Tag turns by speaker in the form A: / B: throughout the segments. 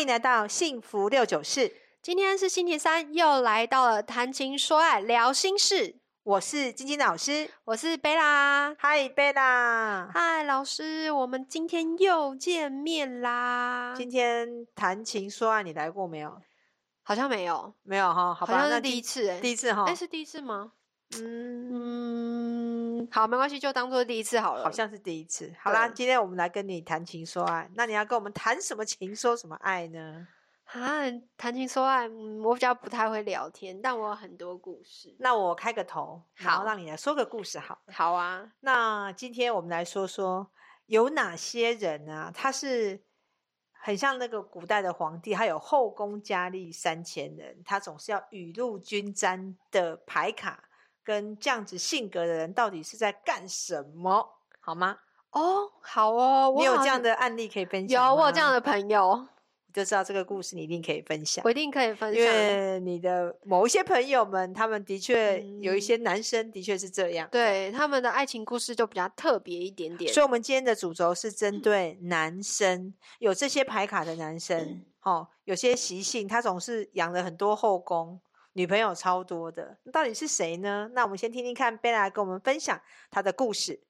A: 迎来到幸福六九四，
B: 今天是星期三，又来到了谈情说爱聊心事。
A: 我是晶晶老师。
B: 我是贝拉，
A: 嗨，贝拉，
B: 嗨，老师，我们今天又见面啦。
A: 今天谈情说爱，你来过没有？
B: 好像没有，
A: 没有哈，好
B: 好
A: 吧，
B: 像
A: 那
B: 是第一次哎、
A: 第一次哈
B: 哎、，是第一次吗？
A: 嗯，
B: 嗯，好，没关系，就当做第一次好了。
A: 好像是第一次。好啦，
B: 对
A: 今天我们来跟你谈情说爱，那你要跟我们谈什么情，说什么爱呢？
B: 啊，谈情说爱，嗯，我比较不太会聊天，但我有很多故事。
A: 那我开个头，然后
B: 好
A: 让你来说个故事好了。
B: 好啊，
A: 那今天我们来说说有哪些人啊，他是很像那个古代的皇帝，他有后宫佳丽三千人，他总是要雨露均沾的牌卡，跟这样子性格的人到底是在干什么？好吗？
B: 哦，好哦，我
A: 你有
B: 好
A: 这样
B: 像
A: 的案例可以分享？
B: 有我有这样，的朋友，
A: 我就知道这个故事你一定可以分享
B: 我。一定可以分
A: 因
B: 享。
A: 为你的某一些朋友们，他们的确有一
B: 嗯
A: 些男生的确是这样，
B: 对他们的爱情故事就比较特别一点点嗯
A: 所。以，我们今天的主轴是针对男生，有这些牌卡的男
B: 嗯
A: 生，哦，有些习性，他总是养了很多后宫，女朋友超多的，那到底是谁呢？那我们先听听看贝拉跟我们分享她的故事。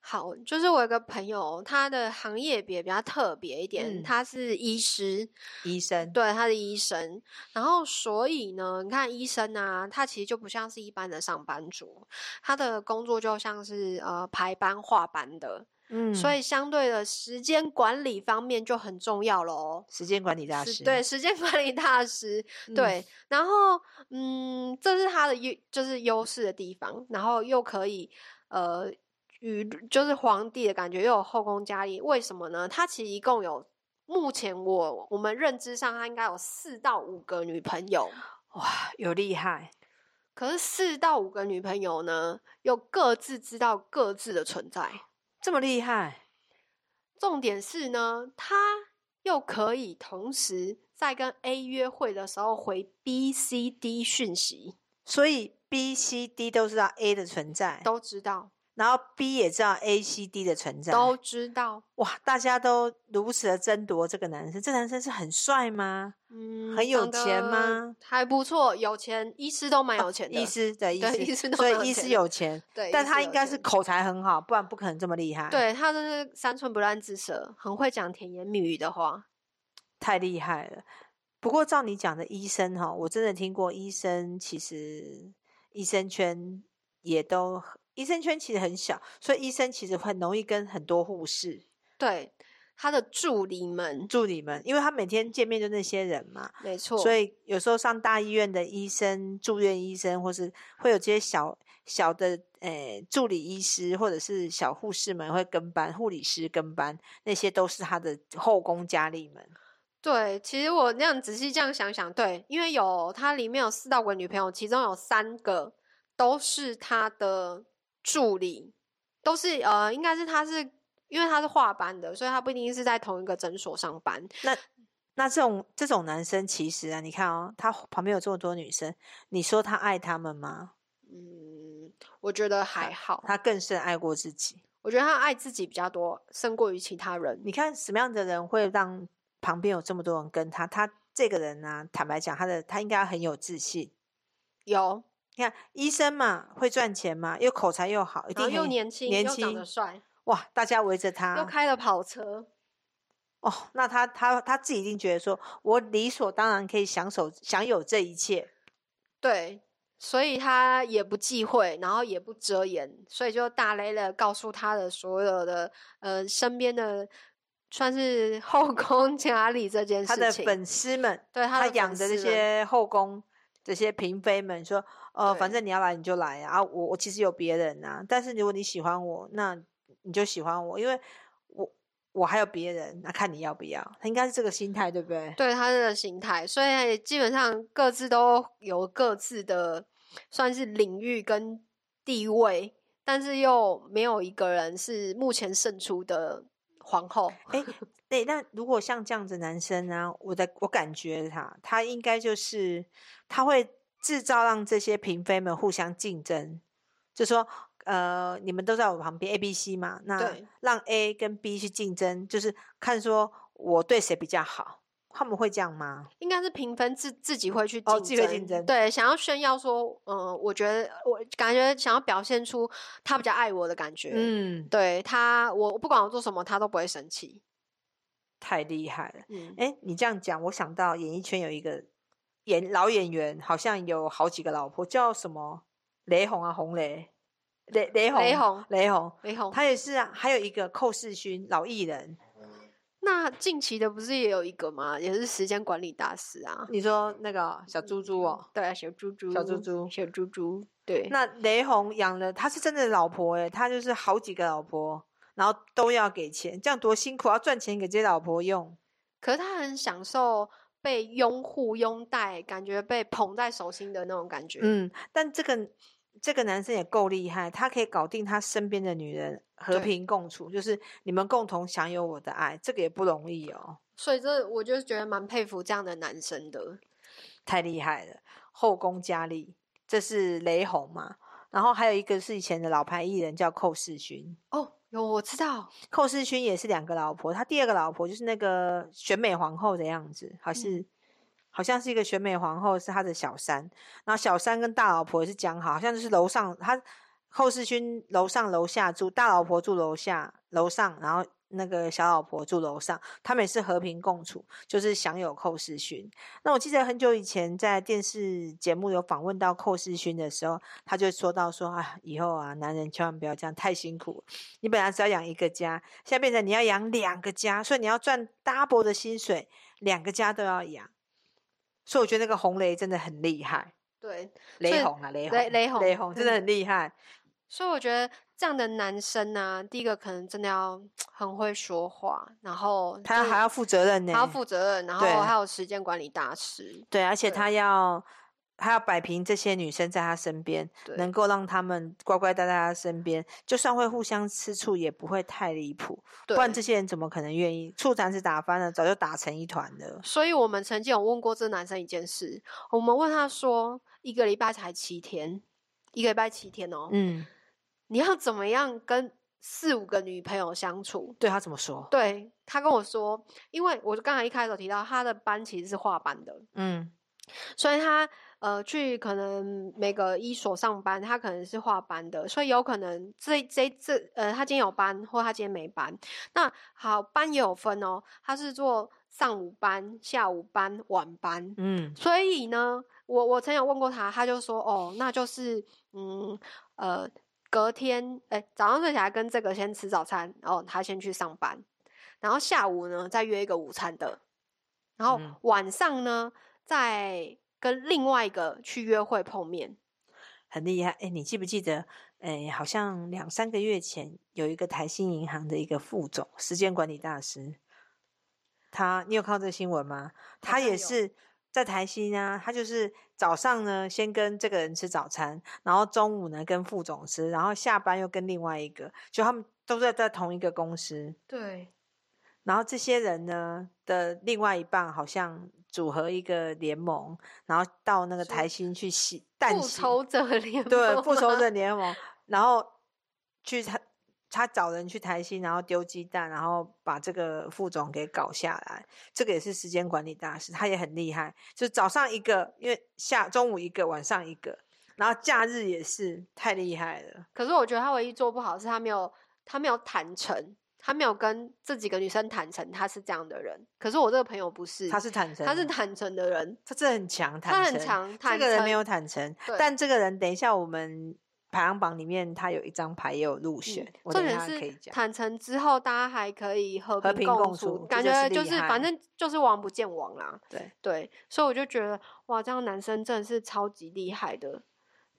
B: 好，就是我有个朋友，他的行业别比较特别一点，
A: 嗯
B: 他是医师，
A: 医生，
B: 对，他是医生。然后所以呢，你看医生啊，他其实就不像是一般的上班族，他的工作就像是呃排班画班的，
A: 嗯
B: 所以相对的时间管理方面就很重要喽。
A: 时间管理大
B: 是
A: 师，
B: 对，时间管理大师，
A: 嗯，
B: 对，然后嗯，这是他的优，就是优势的地方，然后又可以呃与就是皇帝的感觉，又有后宫佳丽，为什么呢？他其实一共有目前我我们认知上，他应该有四到五个女朋友，
A: 哇，有厉害，
B: 可是四到五个女朋友呢，又各自知道各自的存在。
A: 这么厉害，
B: 重点是呢，他又可以同时在跟 A 约会的时候回 B、C、D 讯息，
A: 所以 B、C、D 都知道 A 的存在，
B: 都知道，
A: 然后 B 也知道 A、C、D 的存在，
B: 都知道。
A: 哇，大家都如此的争夺这个男生，这男生是很帅吗？
B: 嗯
A: 很有
B: 长得
A: 钱吗
B: 还不错，有钱，医师都蛮有钱的。
A: 医师 对
B: 对
A: 医
B: 医
A: 师
B: 师，都
A: 所
B: 蛮有
A: 以医师
B: 钱
A: 有钱，
B: 对，
A: 但
B: 医
A: 他
B: 师
A: 应
B: 有
A: 该是
B: 钱
A: 口才很好，不然不可能这么厉害。，
B: 对他就是三寸不烂之舌，很会讲甜言蜜语的话。
A: 太厉害了。不过照你讲的医生哈，我真的听过医生，其实医生圈也都医生圈其实很小，所以医生其实很容易跟很多护士、
B: 对，他的助理们，
A: 助理们，因为他每天见面就那些人嘛，
B: 没错，
A: 所
B: 以
A: 以有时候上大医院的医生、住院医生，或是会有这些小小的诶、呃助理医师，或者是小护士们会跟班，护理师跟班，那些都是他的后宫佳丽们。
B: 对，其实我那样仔细这样想想，对，因为有他里面有四到五个女朋友，其中有三个都是他的助理，都是呃，应该是他是因为他是画班的，所以他不一定是在同一个诊所上班。
A: 那这种这种男生，其实啊，你看哦，他旁边有这么多女生，你说他爱他们吗？
B: 嗯，我觉得
A: 啊
B: 还好。
A: 他更深爱过自己。
B: 我觉得他爱自己比较多，胜过于其他人。
A: 你看什么样的人会让旁边有这么多人跟他？他这个人呢、啊坦白讲，他的他应该很有自信。
B: 有，
A: 你看医生嘛，会赚钱嘛，又口才又好，一
B: 然
A: 定
B: 后又
A: 很
B: 年轻，
A: 年
B: 又长
A: 轻啊
B: 得帅，
A: 哇，大家围着他
B: 又开了跑车。
A: 哦，那他他他自己一定觉得说，我理所当然可以享受享有这一切，
B: 对，所以他也不忌讳，然后也不遮掩，所以就大咧咧告诉他的所有的呃身边的，算是后 宫佳丽这件
A: 他的
B: 事情。
A: 粉丝们，
B: 对他的粉
A: 养的那
B: 丝们
A: 些后宫。这些嫔妃们说：“呃，反
B: 对
A: 正你要来你就来啊，啊我我其实有别人啊，但是如果你喜欢我，那你就喜欢我，因为我我还有别人，那、看你要不要。”他应该是这个心态，对不对？
B: 对他的形态，所以基本上各自都有各自的算是领域跟地位，但是又没有一个人是目前胜出的皇后。
A: 哎，对，那如果像这样子的男生啊，我的我感觉他他应该就是他会制造让这些嫔妃们互相竞争，就说呃，你们都在我旁边 A、B、C 嘛，那
B: 对
A: 让 A 跟 B 去竞争，就是看说我对谁比较好。他们会这样吗？
B: 应该是评分自自己会去
A: 哦
B: 竞
A: 自己会竞争
B: 对，想要炫耀说，嗯、我觉得我感觉想要表现出他比较爱我的感觉，
A: 嗯，
B: 对他，我不管我做什么，他都不会生气，
A: 太厉害了。
B: 嗯，
A: 哎，你这样讲，我想到演艺圈有一个演老演员，好像有好几个老婆，叫什么雷洪啊，洪雷，雷雷洪，
B: 雷洪，
A: 雷洪，
B: 雷红。
A: 他也是啊。还有一个寇世勋，老艺人，
B: 那近期的不是也有一个吗？也是时间管理大师啊，
A: 你说那个小猪猪哦，
B: 对啊，小猪猪，
A: 小猪猪
B: 小猪猪，对，
A: 那雷洪养了，他是真的老婆哎，他就是好几个老婆，然后都要给钱，这样多辛苦，要赚钱给这些老婆用。
B: 可是他很享受被拥护、拥戴，感觉被捧在手心的那种感觉，
A: 嗯，但这个这个男生也够厉害，他可以搞定他身边的女人和
B: 对
A: 平共处，就是你们共同享有我的爱，这个也不容易哦，
B: 所以这我就觉得蛮佩服这样的男生的。
A: 太厉害了，后宫佳丽，这是雷洪嘛，然后还有一个是以前的老牌艺人叫寇世勋，
B: 哦，有我知道，
A: 寇世勋也是两个老婆，他第二个老婆就是那个选美皇后的样子，好是、好像是一个选美皇后是他的小三，然后小三跟大老婆也是讲好，好像就是楼上他寇世勋楼上楼下住，大老婆住楼下楼上，然后那个小老婆住楼上，他们也是和平共处，就是享有寇世勋。那我记得很久以前在电视节目有访问到寇世勋的时候，他就说到说啊，以后啊，男人千万不要这样，太辛苦了。你本来只要养一个家，现在变成你要养两个家，所以你要赚 double 的薪水，两个家都要养。所以我觉得那个红雷真的很厉害，
B: 对，所
A: 雷
B: 以
A: 红啊，雷
B: 雷
A: 红，
B: 雷洪
A: 雷红真的
B: 嗯
A: 很厉害。
B: 所以我觉得这样的男生呢、第一个可能真的要很会说话，然后
A: 他
B: 就是
A: 还要负责任呢，
B: 嗯还要负责任，然后
A: 对
B: 还有时间管理大师，
A: 对，而且
B: 对
A: 他要他要摆平这些女生在他身边，
B: 对，
A: 能够让他们乖乖待在他身边，就算会互相吃醋，也不会太离谱。不
B: 对
A: 然这些人怎么可能愿意？醋坛子打翻了，早就打成一团了。
B: 所以我们曾经有问过这男生一件事，我们问他说，一个礼拜才七天，一个礼拜七天哦，
A: 嗯，
B: 你要怎么样跟四五个女朋友相处？
A: 对他怎么说？
B: 对他跟我说，因为我刚才一开始有提到他的班其实是画班的，
A: 嗯
B: 所以他呃去可能每个一所上班，他可能是画班的，所以有可能这这这呃他今天有班或他今天没班。那好班也有分哦，他是做上午班、下午班、晚班，
A: 嗯，
B: 所以呢，我我曾有问过他，他就说哦，那就是嗯呃，隔天哎早上睡起来跟这个先吃早餐，哦，他先去上班，然后下午呢再约一个午餐的，然后
A: 嗯
B: 晚上呢再跟另外一个去约会碰面。
A: 很厉害。哎，你记不记得？哎，好像两三个月前有一个台新银行的一个副总，时间管理大师，他你有看到这个新闻吗？
B: 好
A: 他
B: 像
A: 也
B: 有
A: 是在台新啊，他就是早上呢先跟这个人吃早餐，然后中午呢跟副总吃，然后下班又跟另外一个，就他们都在在同一个公司。
B: 对，
A: 然后这些人呢的另外一半好像组合一个联盟，然后到那个
B: 所以
A: 台新去洗淡
B: 复
A: 洗
B: 仇者联盟
A: 对， 复仇
B: 吗
A: 者联盟，然后去他他找人去台新，然后丢鸡蛋，然后把这个副总给搞下来。这个也是时间管理大师，他也很厉害。就早上一个，因为下中午一个，晚上一个，然后假日也是太厉害了。
B: 可是我觉得他唯一做不好是他没有他没有坦诚，他没有跟这几个女生坦诚他是这样的人。可是我这个朋友不是，
A: 他是坦诚，
B: 他是坦诚的人，
A: 他真的很强，
B: 他
A: 坦
B: 很
A: 诚
B: 强，
A: 这
B: 坦
A: 个人
B: 诚
A: 没有坦诚
B: 对，
A: 但这个人等一下我们排行榜里面他有一张牌也有入选，
B: 嗯
A: 我
B: 重
A: 等一
B: 点
A: 下可以
B: 是
A: 讲。
B: 坦诚之后，大家还可以和
A: 和平
B: 共
A: 共处
B: 感
A: 这就是
B: 觉就
A: 厉
B: 是
A: 害
B: 反正就是王不见王啦。
A: 对，
B: 对，所以我就觉得哇，这样男生真的是超级厉害的，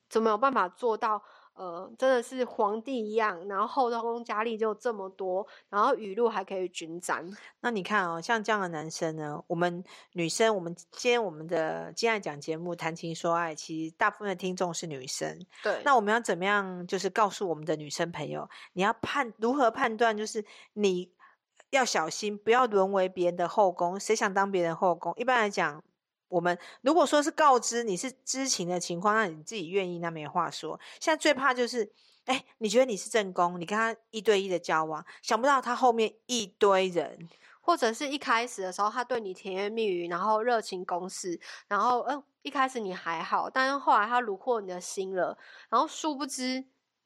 B: 怎么有办法做到？呃，真的是皇帝一样，然后后宫佳丽就这么多，然后语录还可以均沾。
A: 那你看哦，像这样的男生呢，我们女生，我们今天我们的今天来讲节目谈情说爱，其实大部分的听众是女生。
B: 对，
A: 那我们要怎么样，就是告诉我们的女生朋友，你要判如何判断，就是你要小心，不要沦为别人的后宫。谁想当别人后宫？一般来讲。我们如果说是告知你是知情的情况，那你自己愿意，那没话说。现在最怕就是，哎，你觉得你是正宫，你跟他一对一的交往，想不到他后面一堆人，
B: 或者是一开始的时候他对你甜言蜜语，然后热情攻势，然后嗯、呃一开始你还好，但是后来他虏获你的心了，然后殊不知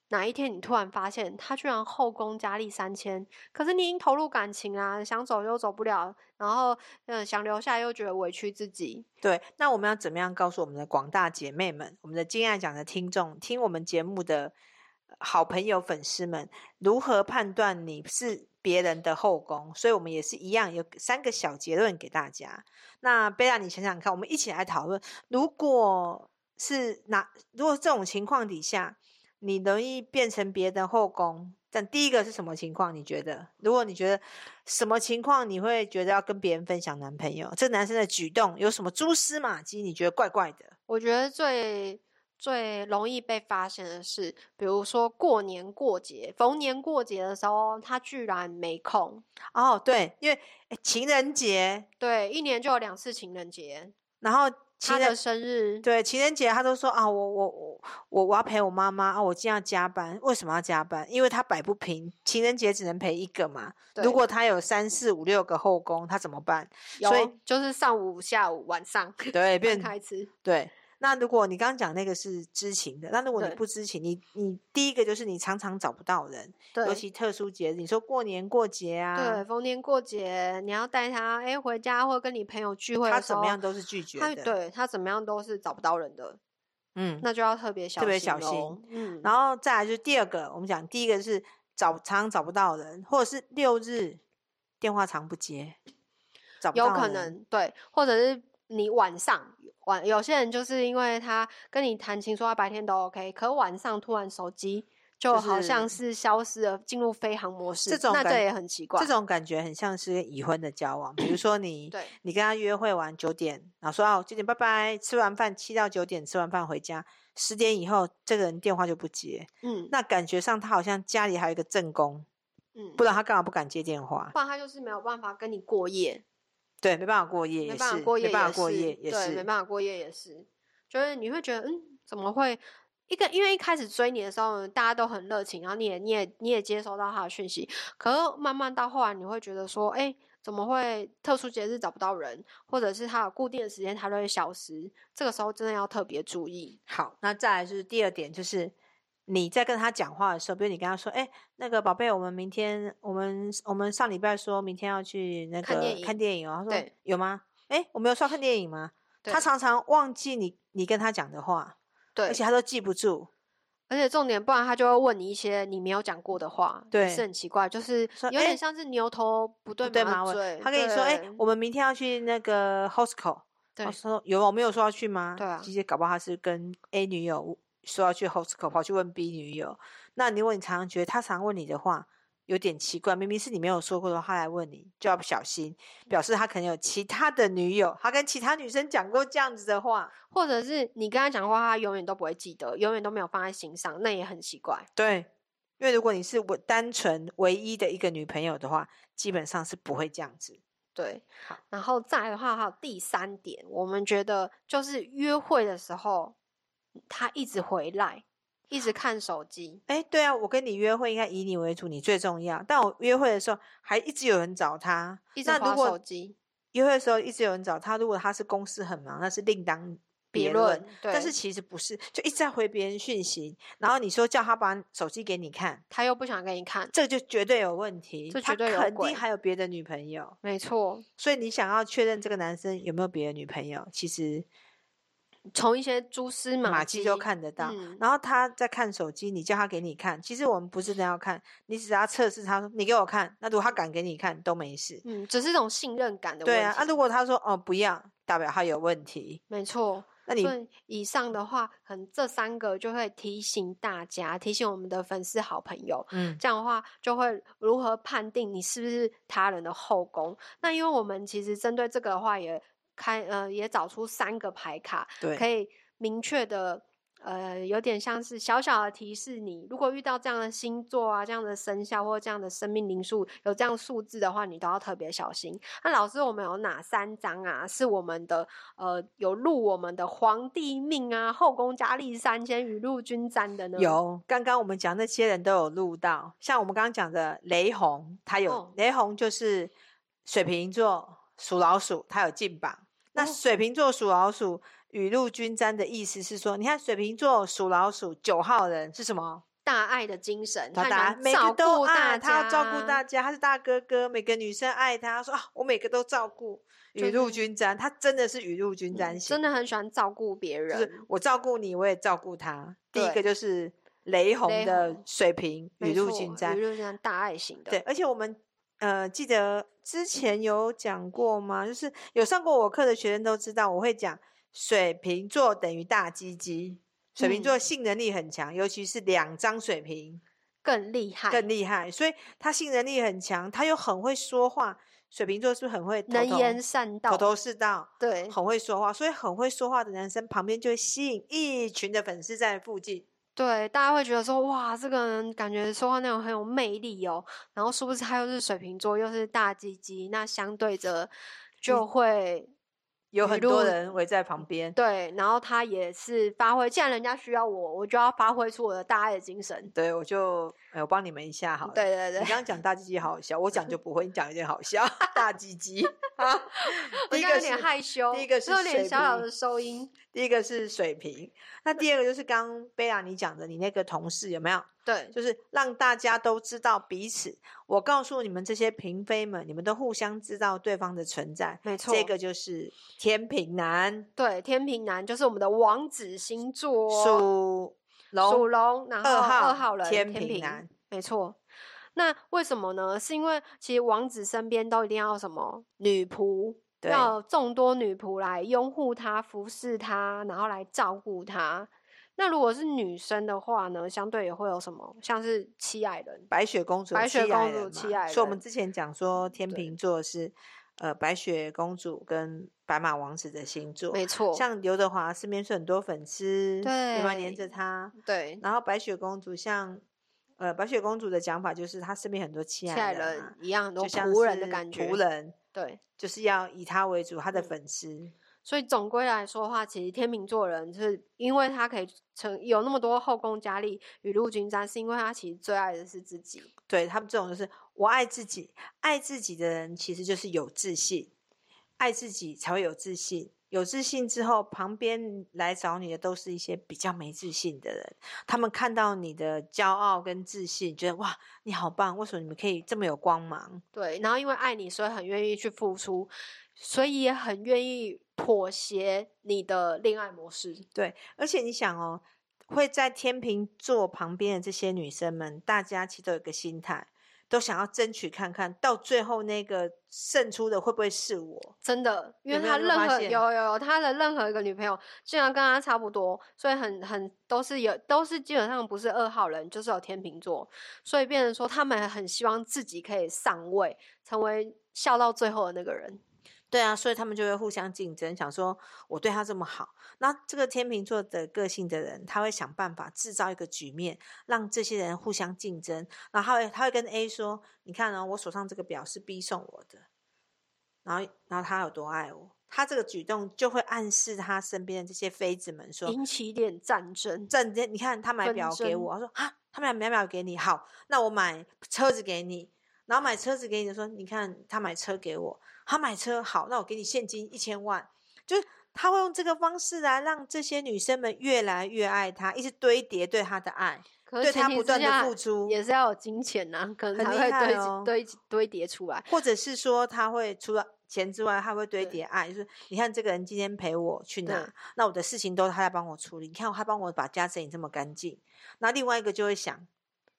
B: 哪一天你突然发现他居然后宫佳丽三千，可是你已经投入感情啦，想走又走不了，然后嗯、呃想留下又觉得委屈自己，
A: 对，那我们要怎么样告诉我们的广大姐妹们，我们的金爱奖的听众，听我们节目的呃好朋友、粉丝们，如何判断你是别人的后宫？所以我们也是一样，有三个小结论给大家。那贝拉，你想想看，我们一起来讨论，如果是哪，如果这种情况底下，你容易变成别人的后宫。但第一个是什么情况？你觉得？如果你觉得什么情况你会觉得要跟别人分享男朋友？这男生的举动有什么蛛丝马迹？你觉得怪怪的？
B: 我觉得最最容易被发现的是，比如说过年过节，逢年过节的时候，他居然没空。
A: 哦，对，因为诶情人节，
B: 对，一年就有两次情人节，
A: 然后情
B: 他的
A: 人
B: 生日，
A: 对情人节，他都说啊，我我我我我要陪我妈妈啊，我今天要加班，为什么要加班？因为他摆不平，情人节只能陪一个嘛。
B: 对
A: 如果他有三四五六个后宫，他怎么办？所以
B: 有就是上午、下午、晚上
A: 对，
B: 分
A: 变
B: 开吃，
A: 对，那如果你刚刚讲那个是知情的，那如果你
B: 对
A: 不知情，你你第一个就是你常常找不到人，尤
B: 对。
A: 其特殊节日，你说过年过节
B: 对，
A: 啊，
B: 逢年过节你要带他哎回家，或者跟你朋友聚会
A: 他
B: 的时
A: 怎
B: 候，
A: 么样都是拒绝
B: 他
A: 的。，
B: 对他怎么样都是找不到人的，
A: 嗯，
B: 那就要特别小
A: 别小
B: 心咯
A: 心。
B: 嗯，
A: 然后再来就是第二个，我们讲第一个是找常常找不到人，或者是六日电话常不接，找不
B: 有
A: 到
B: 可
A: 人
B: 能对，或者是你晚上晚有些人就是因为他跟你谈情说爱，白天都 OK，可晚上突然手机就好像是消失了，进入飞行模式，
A: 这种
B: 那
A: 感
B: 这也很奇怪。
A: 这种感觉很像是跟已婚的交往。比如说你
B: 对
A: 你跟他约会完九点，然后说哦九点拜拜，吃完饭七到九点吃完饭回家，十点以后这个人电话就不接，
B: 嗯
A: 那感觉上他好像家里还有一个正宫，
B: 嗯，
A: 不然他干嘛不敢接电话？
B: 不然他就是没有办法跟你过夜，
A: 对，没办法过夜也
B: 没
A: 是，
B: 办法过夜
A: 没办
B: 也
A: 法过夜
B: 是，
A: 也
B: 对，没
A: 是，
B: 办法过夜也是，就是你会觉得嗯，怎么会？一个，因为一开始追你的时候，大家都很热情，然后你也你也你也接收到他的讯息，可是慢慢到后来，你会觉得说，哎、怎么会特殊节日找不到人，或者是他有固定的时间，他都会消失。这个时候真的要特别注意。
A: 好，那再来就是第二点，就是你在跟他讲话的时候，比如你跟他说：“哎、那个宝贝，我们明天，我们我们上礼拜说明天要去那个
B: 看电影
A: 哦。”他说
B: 对：“
A: 有吗？哎、我们有说要看电影吗？”他
B: 对
A: 常常忘记你你跟他讲的话，
B: 对，
A: 而且他都记不住。
B: 而且重点，不然他就会问你一些你没有讲过的话，也
A: 对
B: 是很奇怪，就是
A: 说
B: 有
A: 哎
B: 点像是牛头不对
A: 不对
B: 马
A: 马尾
B: 嘴。，
A: 他跟你说：“哎、
B: 对
A: 我们明天要去那个 Hosco。”
B: 对
A: 我说：“有吗，我没有说要去吗？”
B: 对啊
A: 其实搞不好他是跟 A 女友说要去 Hosco，跑去问 B 女友。那如果你常常觉得他常问你的话，有点奇怪，明明是你没有说过的话，他来问你，就要小心，表示他可能有其他的女友，他跟其他女生讲过这样子的话。
B: 或者是你跟他讲话，他永远都不会记得，永远都没有放在心上，那也很奇怪。
A: 对，因为如果你是我单纯唯一的一个女朋友的话，基本上是不会这样子。
B: 对
A: 好，
B: 然后再来的话，还有第三点，我们觉得就是约会的时候，他一直回来，一直看手机，
A: 哎，对啊，我跟你约会应该以你为主，你最重要。但我约会的时候还一直有人找他，
B: 一直
A: 那如
B: 划手
A: 果
B: 机，
A: 约会的时候一直有人找他，如果他是公司很忙，那是另当
B: 别
A: 别论。
B: 论。对，
A: 但是其实不是，就一直在回别人讯息，然后你说叫他把手机给你看，
B: 他又不想给你看，
A: 这就绝对有问题。
B: 这
A: 他
B: 绝对有
A: 肯
B: 鬼
A: 定还有别的女朋友，
B: 没错，
A: 所以你想要确认这个男生有没有别的女朋友，其实
B: 从一些蛛丝
A: 马
B: 迹
A: 迹就看得到。
B: 嗯
A: 然后他在看手机，你叫他给你看，其实我们不是真的要看，你只要测试他说你给我看，那如果他敢给你看都没事。
B: 嗯，只是一种信任感的问
A: 对
B: 题。
A: 啊，啊，如果他说哦不要，代表他有问题。
B: 没错。
A: 那你
B: 所以以上的话，可能这三个就会提醒大家，提醒我们的粉丝好朋友，
A: 嗯，
B: 这样的话就会如何判定你是不是他人的后宫？那因为我们其实针对这个的话也开呃也找出三个牌卡，
A: 对，
B: 可以明确的呃有点像是小小的提示你，如果遇到这样的星座啊、这样的生肖或这样的生命灵数有这样数字的话，你都要特别小心。那老师，我们有哪三张啊？是我们的呃有入我们的皇帝命啊、后宫佳丽三千、雨露均沾的呢？
A: 有，刚刚我们讲那些人都有录到，像我们刚刚讲的雷洪，他有、
B: 哦
A: 雷洪就是水瓶座属老鼠，它有进榜。那
B: 哦
A: 水瓶座属老鼠雨露均沾的意思是说，你看水瓶座属老鼠九号人是什么？
B: 大爱的精神，
A: 他
B: 他
A: 大
B: 想
A: 每个
B: 照
A: 都
B: 顾大
A: 爱，
B: 家，
A: 他要照顾大家，他是大哥哥，每个女生爱他，说啊，我每个都照顾，
B: 就
A: 雨露
B: 是
A: 均沾，他真的是雨露均
B: 嗯
A: 沾型、
B: 真的很喜欢照顾别
A: 就
B: 人，
A: 是我照顾你，我也照顾他。第一
B: 对
A: 个就是雷洪
B: 雷
A: 的
B: 洪
A: 水平雨
B: 没
A: 露
B: 错
A: 均沾
B: 雨，露均沾，大爱型的，
A: 对，，而且我们呃记得之前有讲过吗？就是有上过我课的学生都知道，我会讲水瓶座等于大鸡鸡，水瓶
B: 嗯
A: 座性能力很强，尤其是两张水瓶
B: 更厉害，
A: 更厉害，所以他性能力很强，他又很会说话。水瓶座是不是很会头
B: 能
A: 头
B: 言善道，
A: 头头是道？
B: 对，
A: 很会说话，所以很会说话的男生旁边就会吸引一群的粉丝在附近。
B: 对，大家会觉得说，哇，这个人感觉说话内容很有魅力哦。然后殊不知他又是水瓶座，又是大鸡鸡，那相对
A: 嗯
B: 着就会
A: 有
B: 雨
A: 很多
B: 露
A: 人围在旁边，
B: 对，然后他也是发挥，既然人家需要我，我就要发挥出我的大爱的精神。
A: 对我就哎我帮你们一下好了。
B: 对对
A: 你
B: 对，
A: 刚，刚讲大鸡鸡好好笑，我讲就不会，你讲有点好笑。 大鸡鸡啊
B: 我
A: 第一
B: 现在
A: 个
B: 有
A: 是
B: 点害羞，
A: 第一个是
B: 有点
A: 水
B: 小小
A: 瓶
B: 的收音。
A: 第一个是水瓶，那第二个就是刚刚贝拉你讲的，你那个同事有没有？
B: 对，
A: 就是让大家都知道彼此。我告诉你们这些嫔妃们，你们都互相知道对方的存在。
B: 没错，
A: 这个就是天平男
B: 对天平男就是我们的王子星座哦，
A: 属
B: 属
A: 龙
B: 龙，然后
A: 二号
B: 二号人
A: 天
B: 平
A: 平男
B: 没错。那为什么呢？是因为其实王子身边都一定要什么女仆，
A: 对
B: 要众多女仆来拥护他、服侍他，然后来照顾他。那如果是女生的话呢，相对也会有什么，像是七爱人，
A: 白雪公主，
B: 白雪公主
A: 嘛
B: 七矮
A: 所以我们
B: 人嗯
A: 之前讲说天
B: 对
A: 秤座是呃白雪公主跟白马王子的星座。
B: 没错，
A: 像刘德华身边是很多粉丝，有没有黏着
B: 对
A: 他？
B: 对
A: 然后白雪公主像呃白雪公主的讲法就是她身边很多亲
B: 七
A: 爱
B: 爱
A: 人嘛
B: 人，一样，很多
A: 就像
B: 仆人的
A: 是
B: 感觉，
A: 仆人
B: 对。
A: 就是要以她为主，她的
B: 嗯
A: 粉丝。
B: 所以总归来说的话，其实天秤座人就是因为他可以成有那么多后宫佳丽、雨露均沾，是因为他其实最爱的是自己。
A: 对他们这种就是我爱自己，爱自己的人其实就是有自信，爱自己才会有自信。有自信之后，旁边来找你的都是一些比较没自信的人。他们看到你的骄傲跟自信，觉得哇，你好棒！为什么你们可以这么有光芒？
B: 对，然后因为爱你，所以很愿意去付出，所以也很愿意妥协你的恋爱模式。
A: 对，而且你想哦，会在天秤座旁边的这些女生们，大家其实都有一个心态，都想要争取看看到最后那个胜出的会不会是我？
B: 真的，因
A: 有
B: 为
A: 没
B: 他
A: 有发
B: 任何
A: 现
B: 有有有他的任何一个女朋友，竟然跟他差不多，所以很很都是有都是基本上不是二号人，就是有天秤座，所以变成说他们很希望自己可以上位，成为笑到最后的那个人。
A: 对啊，所以他们就会互相竞争，想说我对他这么好，那这个天秤座的个性的人，他会想办法制造一个局面，让这些人互相竞争。然后他会他会跟 A 说：“你看哦，我手上这个表是 B 送我的，然后然后他有多爱我。”他这个举动就会暗示他身边的这些妃子们说
B: 引起一点战争。
A: 正你看他买
B: 纷
A: 表给
B: 争
A: 我，他说啊，他买买表给你，好，那我买车子给你，然后买车子给你的说，你看他买车给我，他买车好，那我给你现金一千万，就是他会用这个方式来让这些女生们越来越爱他，一直堆叠对他的爱，
B: 可
A: 对
B: 是前
A: 他
B: 提
A: 不
B: 之
A: 断的
B: 下
A: 付出，
B: 也是要有金钱呐、可能
A: 很
B: 才
A: 厉
B: 会
A: 害
B: 堆积、
A: 哦
B: 堆积堆叠出来。
A: 或者是说他会除了钱之外，他会堆
B: 对
A: 叠爱，就是你看这个人今天陪我去哪
B: 对，
A: 那我的事情都他在帮我处理，你看他帮我把家整理这么干净，那另外一个就会想，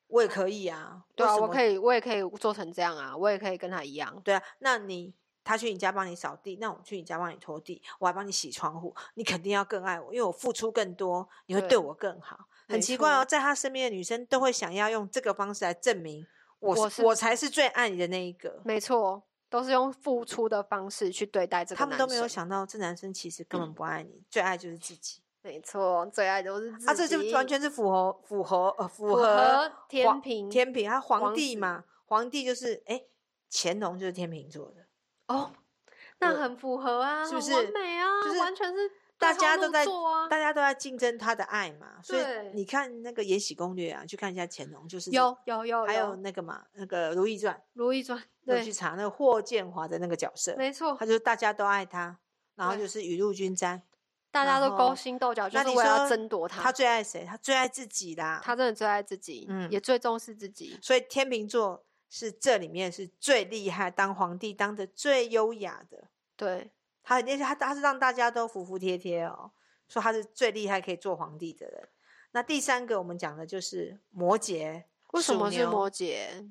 A: 我也可以啊，
B: 对啊，我
A: 以，
B: 可以，我也可以做成这样啊，我也可以跟他一样。
A: 对啊，那你。他去你家帮你扫地，那我去你家帮你拖地，我还帮你洗窗户，你肯定要更爱我，因为我付出更多，你会对
B: 对
A: 我更好。很
B: 没
A: 奇怪哦，
B: 错
A: 在他身边的女生都会想要用这个方式来证明我
B: 我
A: 是
B: 是
A: 我才是最爱你的那一个。
B: 没错，都是用付出的方式去对待这个
A: 他
B: 男
A: 们
B: 生。嗯
A: 都没有，想到，这男生其实根本不爱你，最爱就是自己。
B: 没错，最爱都是自己。
A: 啊，这就完全是符合符合呃符
B: 符
A: 合
B: 合
A: 皇
B: 天平
A: 天平，他皇
B: 王
A: 帝
B: 子
A: 嘛，皇帝就是哎，乾隆就是天秤座的，
B: 哦，那
A: 我
B: 很符合啊，
A: 是不
B: 很完
A: 是
B: 美啊，
A: 就是
B: 完全是
A: 大
B: 对号
A: 家都
B: 入
A: 在
B: 座啊
A: 大家都在竞争他的爱嘛，所以
B: 对
A: 你看那个《延禧攻略》啊，去看一下乾隆，就是这
B: 有
A: 个，
B: 有有，
A: 还有
B: 《
A: 那个嘛，那个《如懿传》，
B: 如懿传》
A: 我去
B: 对，
A: 查那个霍建华的那个角色，
B: 没错
A: 他，就是大家都爱他，然后
B: 对
A: 就是雨露均沾。
B: 大
A: 然
B: 家都
A: 后
B: 勾心斗角，就
A: 那
B: 是
A: 你
B: 为了
A: 说
B: 要争夺他。
A: 他最爱谁？他最爱自己啦。
B: 他真的最爱自己，
A: 嗯
B: 也最重视自己。
A: 所以天秤座是这里面是最厉害，当皇帝当的最优雅的。
B: 对，
A: 他而且他他是让大家都服服帖帖哦，说他是最厉害可以做皇帝的人。那第三个我们讲的就是摩羯，
B: 为什
A: 属
B: 么是
A: 牛
B: 摩？羯？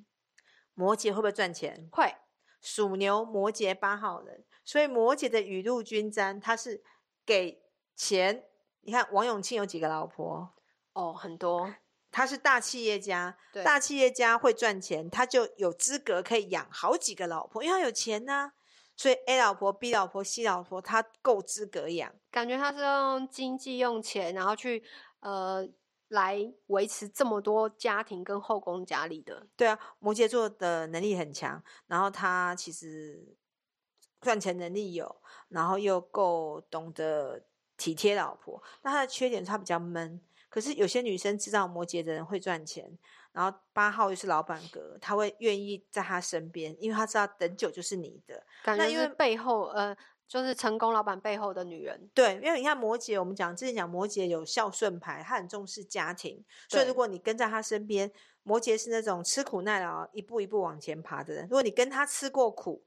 A: 摩羯会不会赚钱？
B: 会，
A: 属牛、摩羯八号人，所以摩羯的雨露均沾，他是给钱。你看王永庆有几个老婆？
B: 哦，很多，
A: 他是大企业家，
B: 对
A: 大企业家会赚钱，他就有资格可以养好几个老婆，因为他有钱呐、所以 A 老婆、B 老婆、C 老婆，他够资格养。
B: 感觉他是用经济、用钱，然后去呃来维持这么多家庭跟后宫佳丽的。
A: 对啊，摩羯座的能力很强，然后他其实赚钱能力有，然后又够懂得体贴老婆。那他的缺点是他比较闷，可是有些女生知道摩羯的人会赚钱，然后八号又是老板格，他会愿意在他身边，因为他知道等久就是你的。
B: 感
A: 那
B: 觉
A: 因
B: 是
A: 为
B: 背后呃，就是成功老板背后的女人。
A: 对，因为你看摩羯，我们讲之前讲摩羯有孝顺牌，他很重视家庭，所以
B: 对
A: 如果你跟在他身边，摩羯是那种吃苦耐劳、一步一步往前爬的人。如果你跟他吃过苦，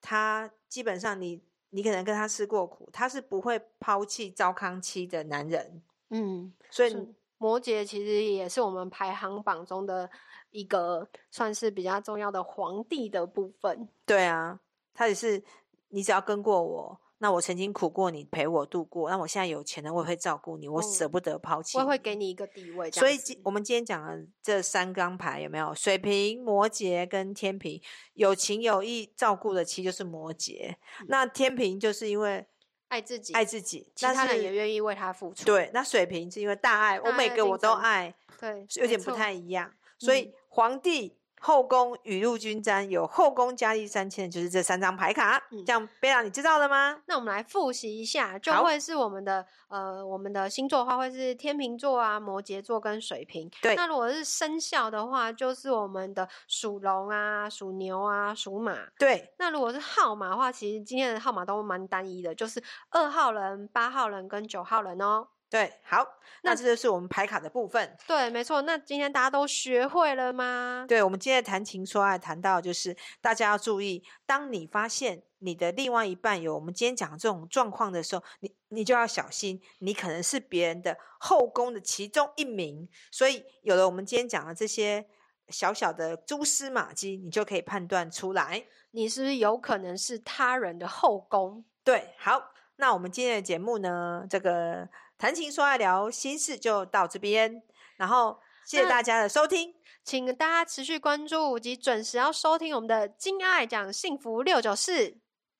A: 他基本上你你可能跟他吃过苦，他是不会抛弃糟糠妻的男人。
B: 嗯，
A: 所以
B: 是摩羯其实也是我们排行榜中的一个算是比较重要的皇帝的部分。
A: 对啊，他也是你只要跟过我。那我曾经苦过你，陪我度过。那我现在有钱了，我也会照顾你，我
B: 嗯
A: 舍不得抛弃你。
B: 我也会给你一个地位，这
A: 所
B: 样
A: 以
B: 子
A: 今我们今天讲的这三张牌有没有？水瓶、摩羯跟天平，有情有义、照顾得起就是摩羯。那天平就是因为
B: 爱嗯自己，
A: 爱自己，
B: 其
A: 但
B: 他人
A: 是
B: 也愿意为他付出。
A: 对。那水瓶是因为大爱，我
B: 大
A: 每
B: 爱
A: 个
B: 竞
A: 我都
B: 争
A: 爱，
B: 对，
A: 是有
B: 没
A: 点不
B: 错
A: 太一样。所以
B: 嗯
A: 皇帝、后宫、雨露均沾，有后宫佳丽三千，就是这三张牌卡。
B: 嗯
A: 这样贝拉，你知道了吗？
B: 那我们来复习一下，就
A: 好
B: 会是我们的呃，我们的星座的话会是天秤座啊、摩羯座跟水瓶。
A: 对
B: 那如果是生肖的话，就是我们的属龙啊、属牛啊、属马。
A: 对，
B: 那如果是号码的话，其实今天的号码都蛮单一的，就是二号人、八号人跟九号人哦。
A: 对，好，那
B: 那
A: 这就是我们牌卡的部分。
B: 对，没错。那今天大家都学会了吗？
A: 对，我们今天谈情说爱谈到，就是大家要注意，当你发现你的另外一半有我们今天讲的这种状况的时候，你你就要小心，你可能是别人的后宫的其中一名。所以，有了我们今天讲的这些小小的蛛丝马迹，你就可以判断出来。
B: 你是不是有可能是他人的后宫？
A: 对，好，那我们今天的节目呢，这个谈情说爱聊心事就到这边，然后谢谢
B: 那
A: 大家的收听。
B: 请大家持续关注及准时要收听我们的《金爱讲幸福六九四》。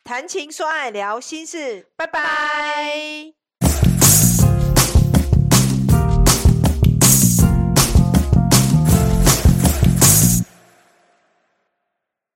A: 谈情说爱聊心事，拜拜。
B: 拜。